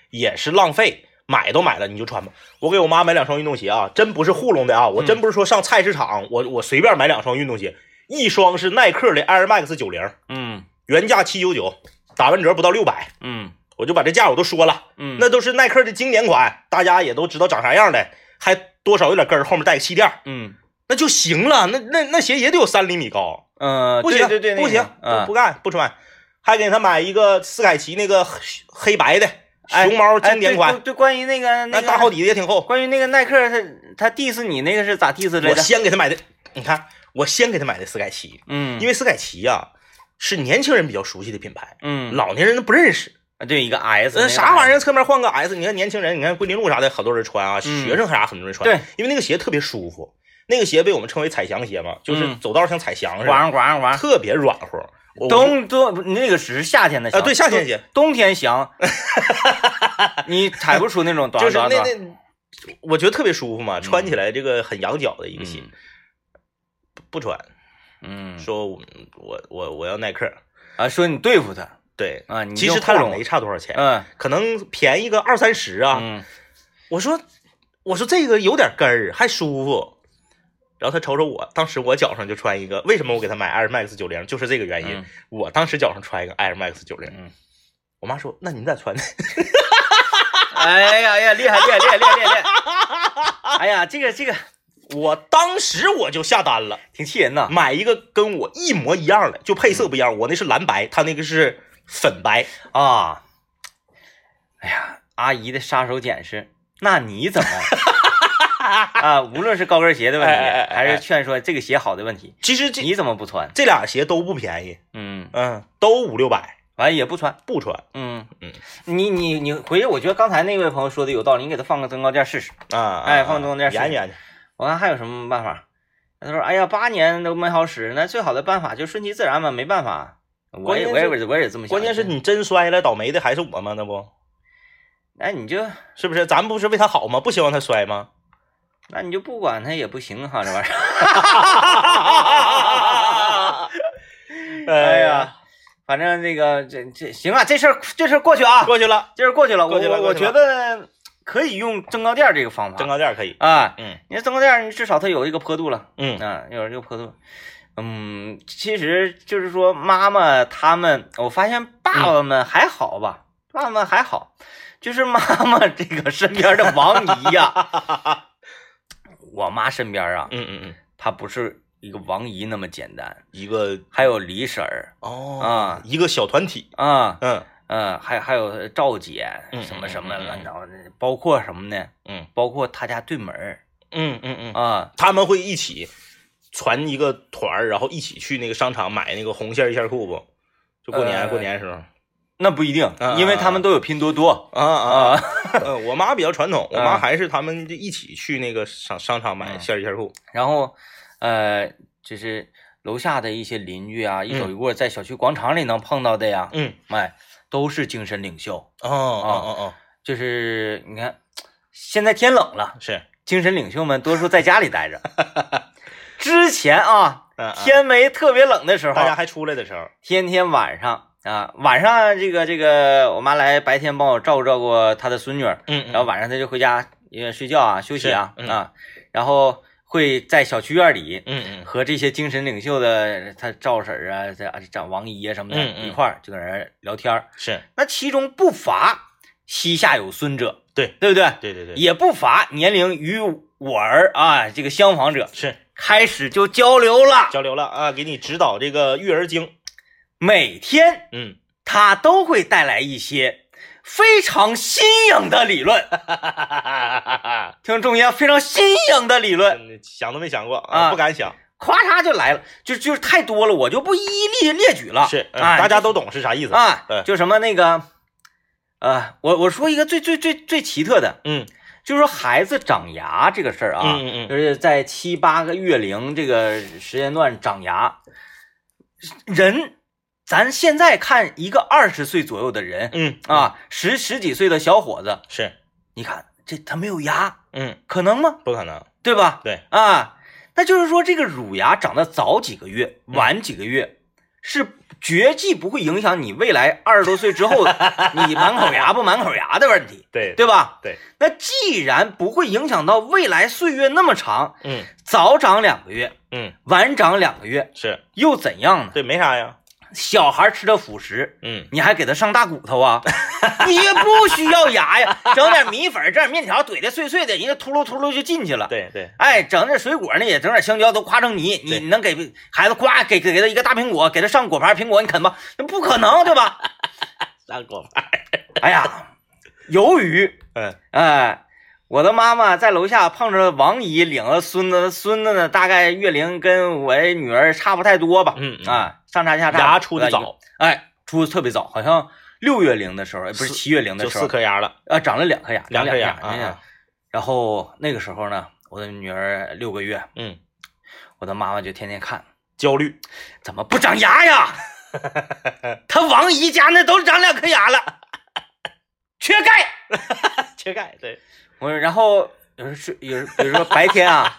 B: 也是浪费。买都买了，你就穿吧。我给我妈买两双运动鞋啊，真不是糊弄的啊，
A: 嗯
B: 我真不是说上菜市场，我我随便买两双运动鞋，一双是耐克的 Air Max 九零，
A: 嗯
B: 原价七九九，打完折不到六百，
A: 嗯
B: 我就把这价我都说了，
A: 嗯，
B: 那都是耐克的经典款，大家也都知道长啥样的，还多少有点跟儿，后面带个气垫儿，
A: 嗯
B: 那就行了。那那那鞋也得有三厘米高，
A: 呃，
B: 不
A: 对
B: 行，
A: 对对，那
B: 不
A: 个
B: 行，
A: 啊
B: 不不干，不穿。还给他买一个斯凯奇那个黑黑白的
A: 哎
B: 熊猫
A: 哎
B: 经典
A: 对
B: 款
A: 对，对，关于那个
B: 那
A: 那个
B: 大号底子也挺厚。
A: 关于那个耐克，他他 diss 你那个是咋 diss 来
B: 我
A: 着？
B: 先给他买的，你看，我先给他买的斯凯奇，
A: 嗯，
B: 因
A: 为
B: 为斯凯奇呀、是年轻人比较熟悉的品牌，
A: 嗯
B: 老年人都不认识。
A: 啊对一个 S，
B: 那呃啥玩意
A: 意
B: 儿，侧面换个 S，你看年轻人，你看桂林路啥的，好多人穿啊，
A: 嗯
B: 学生啥很多人穿，
A: 对，
B: 因为那个鞋特别舒服，那个鞋被我们称为踩翔鞋嘛，就是
A: 嗯
B: 走道像踩翔似
A: 咣
B: 的，
A: 咣咣。
B: 特别软和。我
A: 冬冬那个只是夏天的
B: 啊、
A: 翔，
B: 对，夏天节
A: 冬天 翔，你踩不出那种短
B: 就是那
A: 短嗯短。
B: 那，我觉得特别舒服嘛，
A: 嗯
B: 穿起来这个很养脚的一个鞋，不不穿，
A: 嗯，嗯
B: 说我我我我要耐克，
A: 啊，说你对付他
B: 对，
A: 啊，你
B: 其
A: 用
B: 实他
A: 克
B: 俩
A: 隆
B: 没差多少钱，
A: 嗯
B: 可能便宜个二三十啊，
A: 嗯，
B: 我说我说这个有点根儿，还舒服。然后他瞅瞅我，当时我脚上就穿一个，为什么我给他买 Air Max 九零，就是这个原因。
A: 嗯
B: 我当时脚上穿一个 Air Max 九零、
A: 嗯
B: 我妈说：“那你咋穿的？
A: 哎呀呀，厉害厉害厉害厉害厉害！ 哎呀，这个这个
B: 我当时我就下单了，
A: 挺气人呐。
B: 买一个跟我一模一样的，就配色不一样，我那是蓝白，他那个是粉白。
A: 啊，哎呀，阿姨的杀手锏是，那你 怎么啊？无论是高跟鞋的问题，
B: 哎哎哎哎
A: 还是劝说这个鞋好的问题，
B: 其实这
A: 你怎么不穿？
B: 这俩鞋都不便宜，
A: 嗯，
B: 嗯，都五六百，
A: 完也不穿。
B: 不穿
A: 嗯
B: 嗯，
A: 你你你回去，我觉得刚才那位朋友说的有道理，你给他放个增高垫试试。
B: 啊。
A: 哎
B: 啊
A: 放中间
B: 研
A: 是
B: 究研究。
A: 我看还有什么办法？他说：“哎呀，八年都没好使，那最好的办法就顺其自然吧，没办法。”我也我也
B: 关键是
A: 我也我也这么想。
B: 关键是，你真摔了，倒霉的还是我吗？那不
A: 哎，你就是
B: 不是？咱不是为他好吗？不希望他摔吗？
A: 那你就不管他也不行哈，这玩意 儿。
B: 哎呃
A: 哎
B: 呀，
A: 呀，反正这个这这行啊，这事儿这事儿过去啊，
B: 过去了，
A: 这事儿过去了。我
B: 过去了
A: 我
B: 过
A: 我
B: 去
A: 觉
B: 了
A: 得可以用增高垫儿这个方
B: 增
A: 法
B: 高垫可以。
A: 啊。
B: 嗯
A: 你这增高垫儿，你至少它有一个坡度了，
B: 嗯
A: 啊，有一个坡度。嗯，其实就是说妈妈他们，我发现爸爸们还好吧，爸爸们还好，就是妈妈这个身边的王姨呀、 我妈身边啊，
B: 嗯嗯嗯，
A: 她不是一个王姨那么简单，
B: 一个
A: 还有李婶儿
B: 哦
A: 啊
B: 一个小团体。
A: 啊，
B: 嗯
A: 嗯，还还有赵姐
B: 嗯
A: 什么什么
B: 嗯嗯嗯
A: 乱七八糟的，包括什么呢？
B: 嗯
A: 包括他家对门儿
B: 嗯嗯嗯，
A: 啊，
B: 他们会一起传一个团儿，然后一起去那个商场买那个红线儿一线裤不？就过年
A: 呃
B: 过年时候啊
A: 那不一定
B: 啊，
A: 因为他们都有拼多多
B: 啊 啊！嗯
A: 啊。
B: 呃我妈比较传统，我妈
A: 啊
B: 还是他们就一起去那个商商场买
A: 嗯
B: 线儿一线裤。
A: 然后，呃，就是楼下的一些邻居啊，一走一过，在小区广场里能碰到的呀，
B: 嗯
A: 哎，都是精神领袖。
B: 哦哦哦
A: 就是你看，现在天冷了
B: 哦，，是
A: 精神领袖们多数在家里待 着。之前啊，
B: 嗯嗯
A: 天没特别冷的时候，
B: 大家还出来的时候，
A: 天天晚上啊，晚上这个这个，我妈来白天帮我照顾照顾她的孙女儿，
B: 嗯
A: 然后晚上她就回家呃睡觉啊休息啊、
B: 是嗯
A: 啊，然后会在小区院里
B: 嗯嗯
A: 和这些精神领袖的她赵婶儿啊、这长王姨啊什么的、
B: 嗯嗯
A: 一块儿就搁那儿聊天儿
B: 是
A: 那其中不乏膝下有孙者，
B: 对
A: 对不对？
B: 对对对
A: 也不乏年龄与我儿啊这个相仿者，
B: 是
A: 开始就交流了，
B: 交流了啊，给你指导这个育儿经。
A: 每天
B: 嗯，
A: 它都会带来一些非常新颖的理论， 听众言非常新颖的理论，
B: 嗯想都没想过
A: 啊
B: 不敢想。
A: 咵嚓就来了，就就是太多了，我就不一一列列举了。
B: 是，嗯
A: 哎
B: 大家都懂是啥意思。
A: 啊
B: 嗯，
A: 就什么那个，呃，我我说一个最最最最奇特的，
B: 嗯
A: 就是说孩子长牙这个事儿啊，
B: 嗯嗯嗯
A: 就是在七八个月龄这个时间段长牙，人，咱现在看一个二十岁左右的人，
B: 嗯，
A: 啊，十十几岁的小伙子，
B: 是，
A: 你看这他没有牙，
B: 嗯，
A: 可能吗？
B: 不可能。
A: 对吧？
B: 对，
A: 啊，那就是说这个乳牙长得早几个月、
B: 嗯
A: 晚几个月，是绝技不会影响你未来二十多岁 之后你满口牙不满口牙的问题，
B: 对
A: 对吧？
B: 对，
A: 那既然不会影响到未来岁月那么长，
B: 嗯
A: 早长两个月，
B: 嗯，
A: 晚长两个月
B: 是
A: 又怎样呢？
B: 对，没啥呀。
A: 小孩吃的辅食，
B: 嗯，
A: 你还给他上大骨头 啊？你也不需要牙呀，整点米粉，整点面条怼的碎碎的，人家秃噜秃噜就进去了。
B: 对对，
A: 哎，整点水果呢，也整点香蕉，都夸成泥。
B: 对
A: 你能给孩子夸给给给他一个大苹果，给他上果盘苹果，你啃吧？那不可能，对 吧？
B: 上锅饭。
A: 哎呀，由于
B: 嗯
A: 哎，我的妈妈在楼下碰着王姨领了孙子，孙子呢大概月龄跟我女儿差不太多吧，
B: 嗯嗯
A: 啊，上差下差，
B: 牙出的早，
A: 哎，出的特别早，好像六月龄的时候，哎不是
B: 四
A: 七月龄的
B: 就
A: 时候
B: 四，颗牙了，
A: 啊，长了两颗牙，
B: 两颗
A: 颗
B: 牙
A: 哎呀
B: 啊。
A: 然后那个时候呢，我的女儿六个月，
B: 嗯，
A: 我的妈妈就天天看，
B: 焦虑。
A: 怎么不长牙呀？他王姨家那都长两颗牙了，缺钙。
B: 缺钙，对，
A: 我说，然后有人睡，有人比如说白天啊，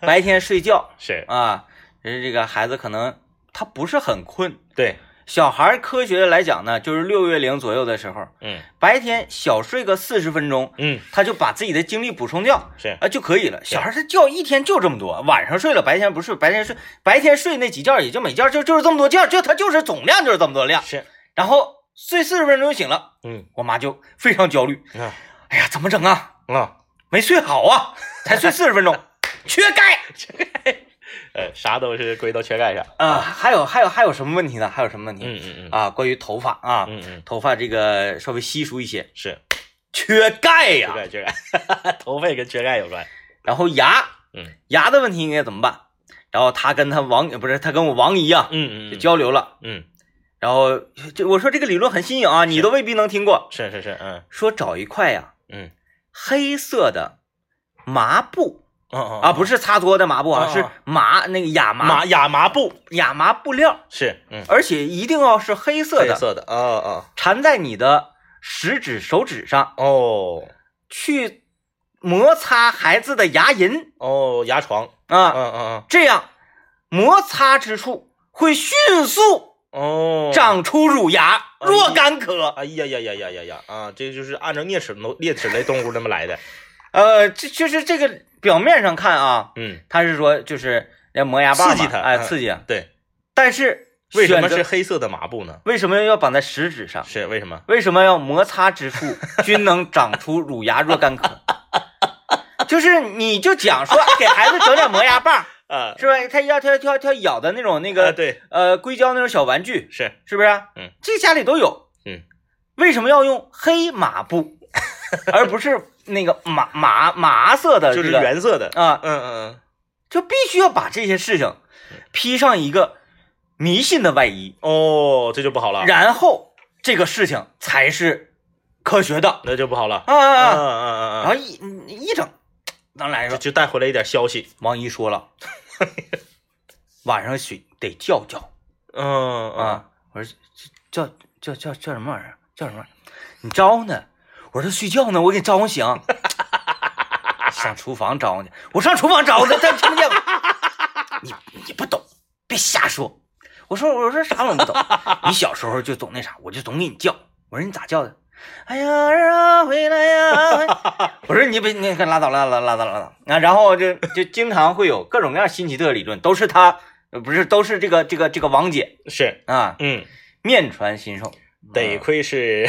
A: 白天睡觉
B: 是，
A: 啊，人这个孩子可能他不是很困。
B: 对，
A: 小孩儿科学来讲呢，就是六月龄左右的时候，
B: 嗯
A: 白天小睡个四十分钟，
B: 嗯，
A: 他就把自己的精力补充掉
B: 是，
A: 啊就可以了。小孩儿他觉一天就这么多，晚上睡了，白天不睡，白天睡，白天睡那几觉也就每觉就就是这么多觉，就他就是总量就是这么多量。
B: 是，
A: 然后睡四十分钟醒了，
B: 嗯
A: 我妈就非常焦虑，
B: 啊
A: 哎呀，怎么整啊？
B: 啊，
A: 没睡好啊，才睡四十分 钟，缺钙
B: 呃，啥都是归到缺钙上，
A: 啊！还有还有还有什么问题呢？还有什么问题、
B: 嗯嗯嗯
A: 啊？关于头发啊，
B: 嗯嗯，
A: 头发这个稍微稀疏一些，
B: 是
A: 缺钙
B: 缺
A: 呀、
B: 钙缺钙， 头发也跟缺钙有关，
A: 然后牙，
B: 嗯
A: 牙的问题应该怎么办？然后他跟他王不是他跟我王姨啊
B: 嗯
A: 就
B: 嗯，
A: 交流了，
B: 嗯
A: 然后这我说这个理论很新颖啊，你都未必能听过。
B: 是是是，嗯
A: 说找一块呀、
B: 嗯
A: 黑色的麻布
B: 嗯嗯
A: 啊，不是擦桌的麻布啊，
B: 啊
A: 是麻那个亚麻
B: 麻亚麻布
A: 亚麻布料。
B: 是，嗯，
A: 而且一定要是黑色
B: 黑
A: 的，
B: 色的，啊啊
A: 缠在你的食指、手指上，
B: 哦
A: 去摩擦孩子的牙龈
B: 哦，牙床，嗯
A: 啊，
B: 嗯嗯，
A: 这样摩擦之处会迅速
B: 哦，
A: 长出乳牙，
B: 嗯
A: 若干颗。
B: 哎呀呀呀呀呀呀啊！这就是按照啮齿龙啮齿类动物那么来的。
A: 呃，这就是这个表面上看啊，
B: 嗯，
A: 他是说就是要磨牙棒嘛
B: 刺激它
A: 哎，
B: 嗯
A: 刺激。
B: 对。
A: 但是
B: 为什么
A: 选
B: 是
A: 择
B: 黑色的麻布呢？
A: 为什么要绑在食指上？
B: 是为什么？
A: 为什么要摩擦之 处均能长出乳牙若干颗？ 就是你就讲 说给孩子整点磨牙棒，
B: 啊
A: 是吧？他要他要他要咬的那种那
B: 啊，
A: 个
B: 对，
A: 呃硅胶那种小玩具，
B: 是
A: 是不是？
B: 嗯，
A: 这家里都有。
B: 嗯，
A: 为什么要用黑麻布，而不是那个麻麻麻色的
B: 就
A: 呃这
B: 是
A: 个？
B: 原色的。
A: 啊，
B: 嗯嗯
A: 就必须要把这些事情披上一个迷信的外衣，
B: 嗯，哦，这就不好了，
A: 然后这个事情才是科学的。
B: 那就不好了。
A: 啊啊
B: 嗯
A: 啊！
B: 嗯嗯
A: 然
B: 嗯
A: 后一一整，当然
B: 嗯，
A: 说
B: 就就带回来一点消息。
A: 王姨说 了，晚上睡得叫叫
B: 嗯嗯，
A: 啊！我说叫叫叫叫什么玩意儿？叫什么玩意儿？你招呼呢？我说他睡觉呢，我给你招呼醒。 上厨房招呼去，我上厨房招呼他，他听不见我。你你不懂，别瞎说。我说我说啥我不懂，你小时候就总那啥，我就总给你叫。我说你咋叫的？哎呀儿啊，回来 呀！回我说你别你可拉倒拉倒拉倒拉倒。啊，然后就就经常会有各种各样新奇特的理论，都是他呃不是都是这个这个这个王姐
B: 是，
A: 啊，
B: 嗯，
A: 面传心授。嗯
B: 得亏是，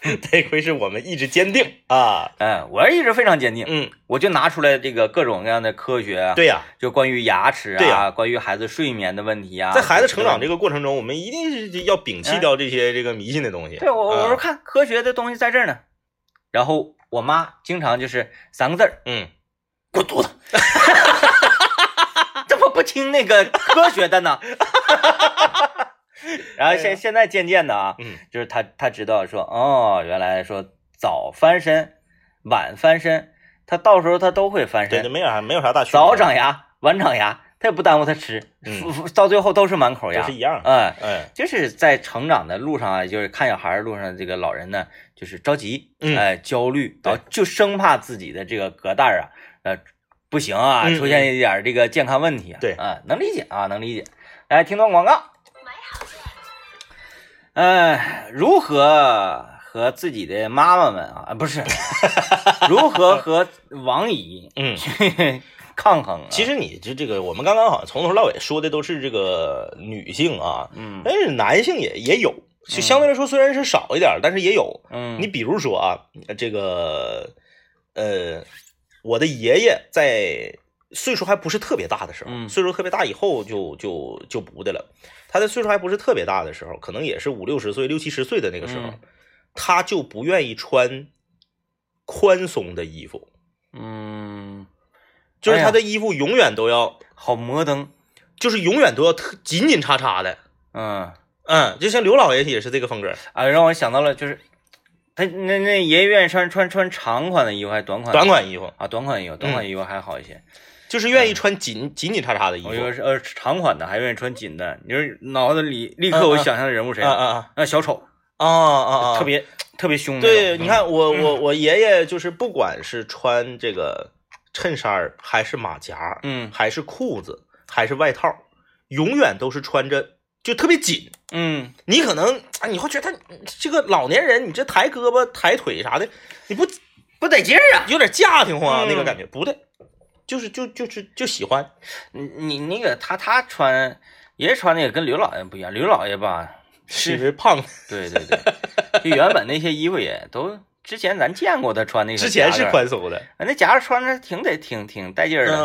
B: 得亏是我们意志坚定啊。
A: 哎，我一直非常坚定，
B: 嗯，
A: 我就拿出来这个各种各样的科学啊，
B: 对呀，
A: 就关于牙齿啊，
B: 对呀
A: 关于孩子睡眠的问题啊，
B: 在孩子成长
A: 这
B: 这个过程中，我们一定是要摒弃掉这些这个迷信的东西。
A: 对我我说
B: 啊，
A: 看科学的东西在这儿呢，然后我妈经常就是三个字儿
B: 嗯，
A: 滚犊 子，怎么不听那个科学的 呢？然后
B: 哎
A: 现
B: 呀
A: 现在渐渐的啊，
B: 嗯
A: 就是他他知道说哦，原来说早翻身、晚翻身，他到时候他都会翻
B: 对，
A: 身
B: 就，没有啥没有啥大区别，
A: 早长牙、晚长牙，他也不耽误他吃，
B: 嗯
A: 夫夫到最后都是满口
B: 都
A: 牙，
B: 是一样。
A: 哎，
B: 哎，
A: 就是在成长的路上啊，就是看小孩儿路上，这个老人呢，就是着急，
B: 嗯
A: 哎，焦虑，
B: 对
A: 然后就生怕自己的这个隔代儿啊，呃，不行啊，
B: 嗯
A: 出现一点儿这个健康问题啊，
B: 对
A: 啊，能理解啊，能理解。来，听段广告。呃，如何和自己的妈妈们啊，啊 不是，如何和王姨
B: 嗯，
A: 去 抗衡、啊？
B: 其，实你这这个，我们刚刚好像从头到尾说的都是这个女性啊，
A: 嗯
B: 但是男性也也有，就相对来说虽然是少一点儿，但是也有。
A: 嗯，
B: 你比如说啊，这个呃，我的爷爷在岁数还不是特别大的时候，
A: 嗯
B: 岁数特别大以后就就就不的了。他的岁数还不是特别大的时候，可能也是五六十岁、六七十岁的那个时候，
A: 嗯
B: 他就不愿意穿宽松的衣服，
A: 嗯，
B: 就是
A: 哎呀
B: 他的衣服永远都要，
A: 好摩登，
B: 就是永远都要特紧紧叉叉的。
A: 嗯。哎
B: 嗯，就像刘老爷也是这个风格，
A: 啊，让我想到了，就是他那那爷爷愿意穿穿穿长款的衣服还是短款的？
B: 短款衣服，
A: 啊，短款衣服，短款衣服还好一些。
B: 就是愿意穿紧紧紧叉叉的衣服
A: 我。说是呃长款的，还愿意穿紧的。你说脑子里立刻我想象的人物谁？
B: 啊
A: 啊，
B: 啊啊
A: 小丑，
B: 啊啊啊！
A: 特别特别凶。嗯
B: 对，你，看我我我爷爷就是不管是穿这个衬衫儿，还是马甲儿，
A: 嗯
B: 还是裤子，还是外套儿，永远都是穿着就特别紧。
A: 嗯，
B: 你可能啊，你会觉得嗯这个老年人，你这抬胳膊、抬腿啥的，你不
A: 不得劲儿啊！
B: 有点架挺慌啊、
A: 嗯
B: 那个感觉？不对，就是就就是就喜欢
A: 你你那个他他穿爷爷穿那个跟刘老爷不一样，刘老爷吧，
B: 是因为胖。
A: 对对对，就原本那些衣服也都之前咱见过他穿那个夹克，
B: 之前是宽松的，
A: 啊，那夹克穿着挺得挺挺带劲儿
B: 嗯
A: 的，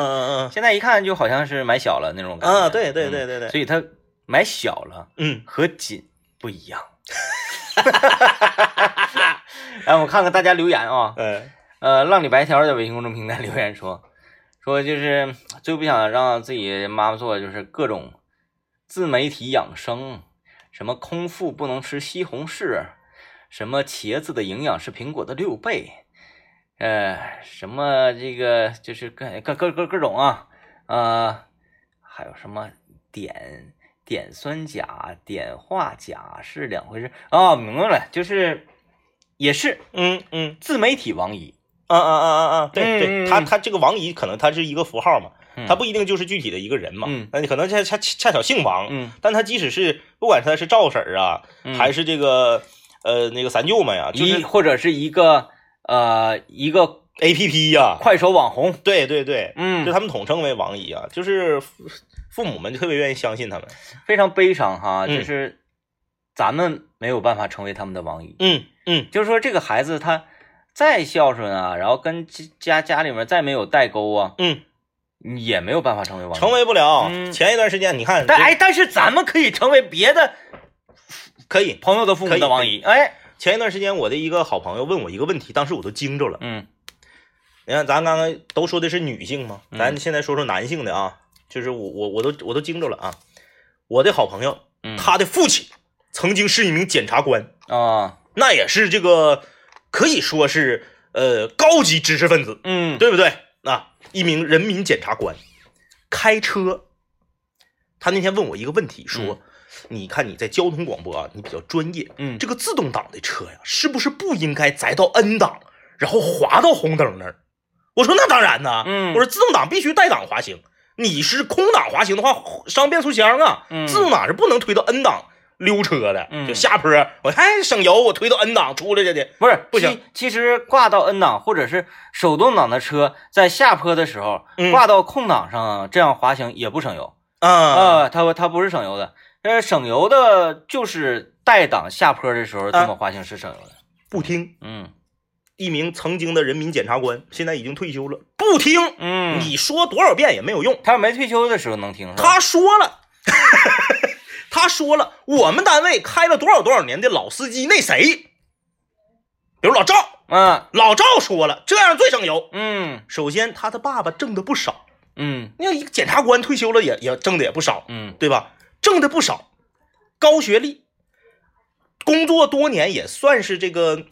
B: 嗯
A: 现在一看就好像是买小了那种
B: 嗯
A: 感觉。
B: 啊，对对对
A: 嗯
B: 对对，
A: 所以他买小了
B: 嗯，
A: 和紧不一 样。哎，我看看大家留言啊，
B: 哎，
A: 呃，浪里白条的微信公众平台留言说，说就是最不想让自己妈妈做的就是各种自媒体养生，什么空腹不能吃西红柿，什么茄子的营养是苹果的六倍，呃，什么这个就是各各各各各种啊，呃，还有什么碘碘酸钾、碘化钾是两回事啊、明白了，就是也是
B: 嗯嗯，
A: 自媒体王姨。
B: 啊啊啊啊啊，对
A: 嗯嗯
B: 对，他他这个王姨可能他是一个符号嘛，
A: 嗯
B: 他不一定就是具体的一个人嘛
A: 嗯，
B: 那你可能恰恰恰巧姓王，
A: 嗯，
B: 但他即使是不管他是赵婶儿啊，还
A: 是
B: 是这个呃那个三舅妈呀，就
A: 一
B: 是
A: 或者是一个呃一个
B: A P P 呀，
A: 快手网红，
B: 对对对，就
A: 嗯，
B: 他们统称为王姨啊，就是父父母们就特别愿意相信他们，
A: 非常悲伤哈，
B: 嗯
A: 就是咱们没有办法成为他们的王姨，
B: 嗯嗯
A: 就是说这个孩子他再孝顺啊，然后跟家家家里面再没有代沟啊，
B: 嗯，
A: 也没有办法成为王
B: 成
A: 姨。
B: 为不了。
A: 嗯
B: 前一段时间你看，
A: 但哎，但是咱们可以成为别的
B: 这可以，
A: 朋友的父母
B: 可以
A: 的王姨，哎，
B: 前一段时间我的一个好朋友问我一个问题，当时我都惊着了。
A: 嗯
B: 你看，咱刚刚都说的是女性嘛，
A: 嗯
B: 咱现在说说男性的啊，就是我我我都我都惊着了啊。我的好朋友，
A: 嗯，
B: 他的父亲曾经是一名检察官，
A: 啊，
B: 那也是这个可以说是呃高级知识分子，
A: 嗯，
B: 对不对？啊，一名人民检察官，开车。他那天问我一个问题，说：“你看你在交通广播啊，你比较专业，
A: 嗯
B: 这个自动挡的车呀，是不是不应该载到 N 档，然后滑到红灯那儿？”我说：“那当然呐，
A: 嗯
B: 我说自动挡必须带档滑行，你是空档滑行的话，伤变速箱啊，
A: 嗯
B: 自动挡是不能推到 N 档溜车的，
A: 嗯
B: 就下坡，我还省油，我推到 N 档出来这去。
A: 不是，
B: 不行
A: 其。其实挂到 N 档或者是手动挡的车，在下坡的时候、
B: 嗯
A: 挂到空档上，这样滑行也不省油啊、
B: 啊
A: 呃它它不是省油的，呃，省油的就是带档下坡的时
B: 啊
A: 候，这么滑行是省油的。
B: 不听。”
A: 嗯
B: 一名曾经的人民检察官，现在已经退休了，不听，
A: 嗯，
B: 你说多少遍也没有用。
A: 他要没退休的时候能听是吧？
B: 他说了， 他说了，我们单位开了多少多少年的老司机，那谁，比如老赵，
A: 啊，
B: 老赵说了，这样最省油。
A: 嗯
B: 首先，他的爸爸挣的不少，
A: 嗯
B: 那一个检察官退休了也也挣的也不少，
A: 嗯
B: 对吧？挣的不少，高学历，工作多年也算是这个，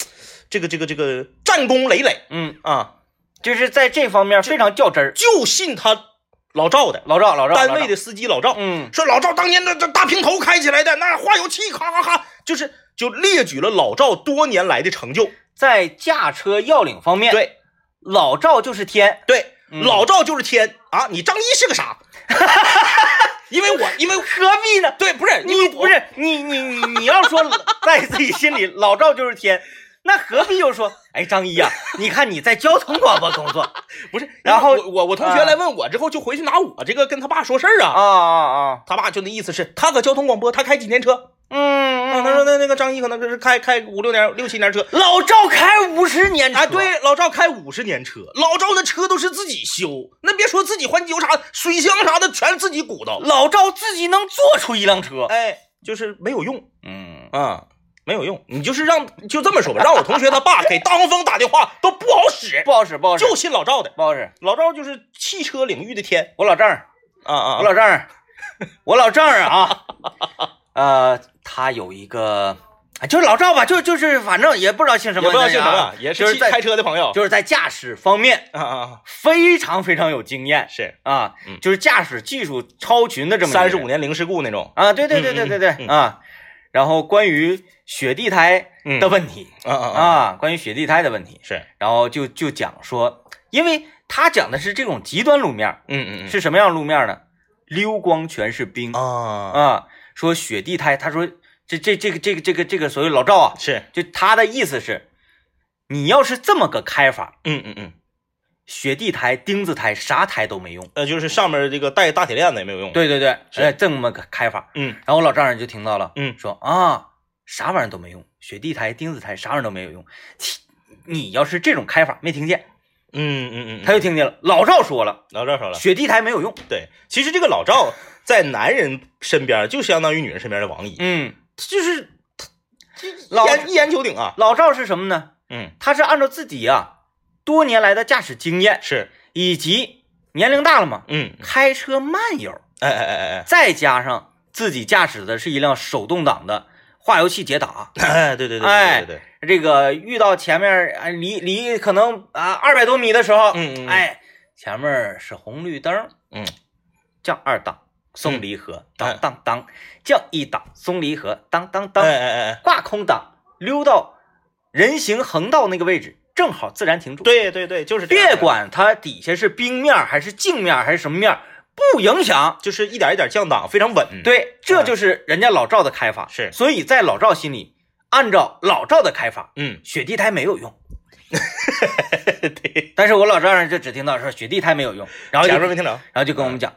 B: 这个这个这个战功累累
A: 嗯，
B: 啊。
A: 就是在这方面非常较真儿。
B: 就信他老赵的
A: 老赵，老赵，
B: 单位
A: 老赵
B: 的，司机老赵，
A: 嗯
B: 说老赵当年那这大平头开起来的，那化油器咔咔咔，就是就列举了老赵多年来的成就。
A: 在驾车要领方面，
B: 对
A: 老赵就是天。
B: 对，
A: 哎嗯
B: 老赵就是天啊！你张一是个啥？ 因为我因为
A: 何必呢？
B: 对不是因
A: 你
B: 为
A: 不是你你你你要 说在自己心里老赵就是天，那何必又说哎张一呀、你看你在交通广播工作啊
B: 不是，因为
A: 然后
B: 我我我同学来问我之后，就回去拿我这个跟他爸说事儿 啊。
A: 啊啊，
B: 他爸就那意思是，他搁交通广播，他开几年车？
A: 嗯
B: 啊，他说那那个张一可能是开开五六年、六七年车，
A: 老赵开五十年车，
B: 啊，，对，老赵开五十年车，老赵那车都是自己修，那别说自己换油啥、水箱啥的，全自己鼓捣。
A: 老赵自己能做出一辆车，
B: 哎，就是没有用
A: 嗯，
B: 啊，没有用。你就是让就这么说吧，让我同学他爸给大黄蜂打电话都不好使，
A: 不好使不好使，
B: 就信老赵的。
A: 不好使。
B: 老赵就是汽车领域的天
A: 我老丈人，
B: 啊
A: 我
B: 啊啊！
A: 老丈 人，我老丈人啊，呃，他有一个啊就是老赵吧，就就是反正也不知道姓什
B: 也
A: 么，
B: 不知道姓什
A: 那个啊
B: 么，也
A: 就是是
B: 骑
A: 在
B: 开车的朋友。
A: 就是在驾驶方面
B: 啊啊，
A: 非常非常有经
B: 啊
A: 验
B: 是
A: 啊
B: 嗯，
A: 就是驾驶技术超群的这么一个
B: 三
A: 人
B: 十五年零事故那种。
A: 啊，对对对对对对
B: 嗯嗯嗯
A: 啊。然后关于雪地胎
B: 嗯
A: 的问题
B: 啊啊啊，
A: 啊，关于雪地胎的问题，
B: 是，
A: 然后就就讲说，因为他讲的是这种极端路面，
B: 嗯嗯嗯，
A: 是什么样的路面呢？溜光全是冰
B: 啊，
A: 啊，说雪地胎，他说这这这个这个这个这个所谓老赵啊，
B: 是，
A: 就他的意思是，你要是这么个开法，
B: 嗯嗯嗯，
A: 雪地胎、钉子胎啥胎都没用。
B: 那呃就是上面这个带大铁链子也没有用。，
A: 对对对，
B: 是
A: 哎，这么个开法。
B: 嗯
A: 然后老丈人就听到了，
B: 嗯
A: 说啊，啥玩意儿都没用，雪地胎、钉子胎啥玩意儿都没有用。切你要是这种开法没听见，
B: 嗯嗯嗯，嗯
A: 他
B: 他
A: 就听见了。老赵说了，
B: 老赵说了，
A: 雪地胎没有用。
B: 对，其实这个老赵在男人身边就相当于女人身边的王姨，
A: 嗯，
B: 就是
A: 老
B: 一言一言九鼎啊。
A: 老赵是什么呢？
B: 嗯，
A: 他是按照自己啊多年来的驾驶经验
B: 是，
A: 以及年龄大了嘛，
B: 嗯，
A: 开车慢悠，
B: 哎哎哎
A: 再加上自己驾驶的是一辆手动挡的化油器捷达，
B: 哎哎，对对对对对对，
A: 这个遇到前面儿啊离离可能啊二百多米的时候，
B: 嗯嗯嗯
A: 哎，前面儿是红绿灯，
B: 嗯，
A: 降二档松离合，
B: 哎
A: 当当当，降一档松离合，当当
B: 哎
A: 当，
B: 哎哎哎，
A: 挂空档溜到人行横道那个位置，正好自然停住。
B: 对对对，就是这样
A: 别，管它底下是冰面儿还是镜面儿还是什么面儿，不影响
B: 就是一点一点降档，非常稳。，
A: 对，这
B: 嗯
A: 就是人家老赵的开法。
B: 是
A: 所以在老赵心里，按照老赵的开法，
B: 嗯，
A: 雪地胎没有用。
B: 对，
A: 但是我老丈人就只听到说雪地胎没有用，然后就
B: 前面
A: 然
B: 没听着，
A: 后就跟
B: 嗯
A: 我们讲，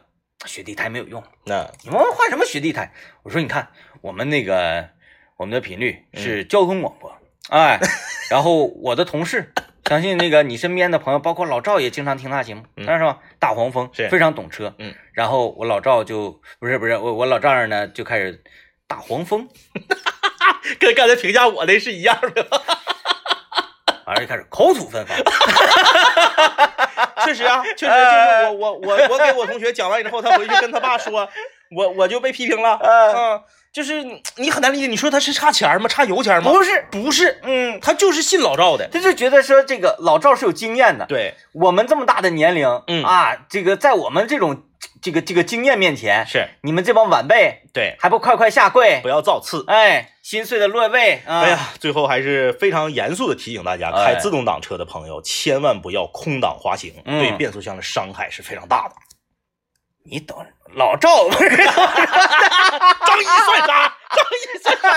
A: 雪地胎没有用，
B: 那
A: 你们换什么雪地胎？我说你看我们那个我们的频率
B: 嗯
A: 是交通广播， 哎，然后我的同事。相信那个你身边的朋友，包括老赵也经常听他节目，
B: 嗯
A: 但是吧，大黄蜂
B: 是
A: 非常懂车，
B: 嗯，
A: 然后我老赵就不是不是我我老丈人呢就开始大黄 蜂，
B: 跟刚才评价我的是一样的。
A: 完了就开始口吐芬芳。
B: 确实啊，确实就是我我我我给我同学讲完以后，他回去跟他爸说，我我就被批评了。嗯，就是你你很难理解，你说他是差钱儿吗？差油钱儿吗？
A: 不是，
B: 不是，
A: 嗯，
B: 他就是信老赵的。
A: 他就觉得说这个老赵是有经验的。，
B: 对，
A: 我们这么大的年龄，
B: 嗯
A: 啊，这个在我们这种这个这个经验面前，
B: 是
A: 你们这帮晚辈
B: 对，
A: 还不快快下跪
B: 不？要造次。
A: 哎，心碎的落泪啊！
B: 哎，呀，最后还是非常严肃的提醒大家，
A: 哎
B: 开自动挡车的朋友千万不要空档滑行，
A: 嗯
B: 对变速箱的伤害是非常大的。
A: 你懂老赵
B: 张一算啥？张一算啥？